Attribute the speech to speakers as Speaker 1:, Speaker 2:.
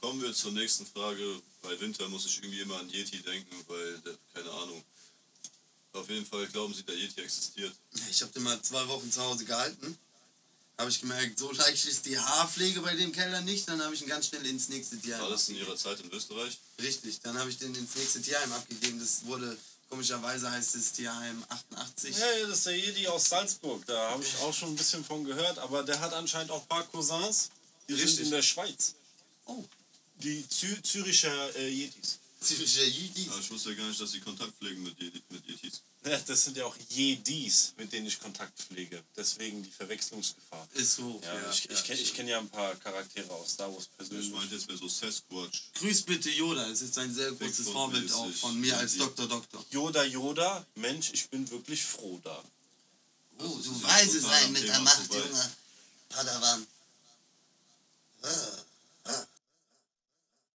Speaker 1: kommen wir zur nächsten Frage. Bei Winter muss ich irgendwie immer an Yeti denken, weil, der, keine Ahnung. Auf jeden Fall glauben Sie, der Yeti existiert.
Speaker 2: Ich habe den mal zwei Wochen zu Hause gehalten. Habe ich gemerkt, so leicht ist die Haarpflege bei dem Keller nicht. Dann habe ich ihn ganz schnell ins nächste Tierheim
Speaker 1: War das in
Speaker 2: abgegeben.
Speaker 1: Ihrer Zeit in Österreich?
Speaker 2: Richtig, dann habe ich den ins nächste Tierheim abgegeben. Das wurde, komischerweise heißt es Tierheim 88.
Speaker 3: Ja, ja, das ist der Jedi aus Salzburg. Da habe ich auch schon ein bisschen von gehört. Aber der hat anscheinend auch ein paar Cousins. Die
Speaker 2: Richtig.
Speaker 3: sind in der Schweiz.
Speaker 2: Oh.
Speaker 3: Die Zü Züricher äh, Jedis.
Speaker 2: Züricher Jidi.
Speaker 1: Ja, ich wusste ja gar nicht, dass Sie Kontakt pflegen mit, Yeti, mit Yetis.
Speaker 3: Ja, das sind ja auch Jedis, mit denen ich Kontakt pflege. Deswegen die Verwechslungsgefahr.
Speaker 2: Ist hoch.
Speaker 3: Ja, ich, ich kenne ich kenn ja ein paar Charaktere aus Star Wars persönlich.
Speaker 1: Ich meinte jetzt mehr so Sasquatch.
Speaker 2: Grüß bitte Yoda. Es ist ein sehr großes
Speaker 1: Bigfoot
Speaker 2: Vorbild auch
Speaker 1: mäßig.
Speaker 2: von mir als
Speaker 1: Die-
Speaker 2: Dr. Doktor.
Speaker 3: Yoda, Yoda, Mensch, ich bin wirklich froh da.
Speaker 2: Oh,
Speaker 1: ist
Speaker 2: du
Speaker 1: jetzt
Speaker 2: weises
Speaker 1: total
Speaker 2: Ei
Speaker 1: am
Speaker 2: mit der
Speaker 1: Thema
Speaker 2: Macht,
Speaker 1: vorbei.
Speaker 2: Junge. Padawan. Ah.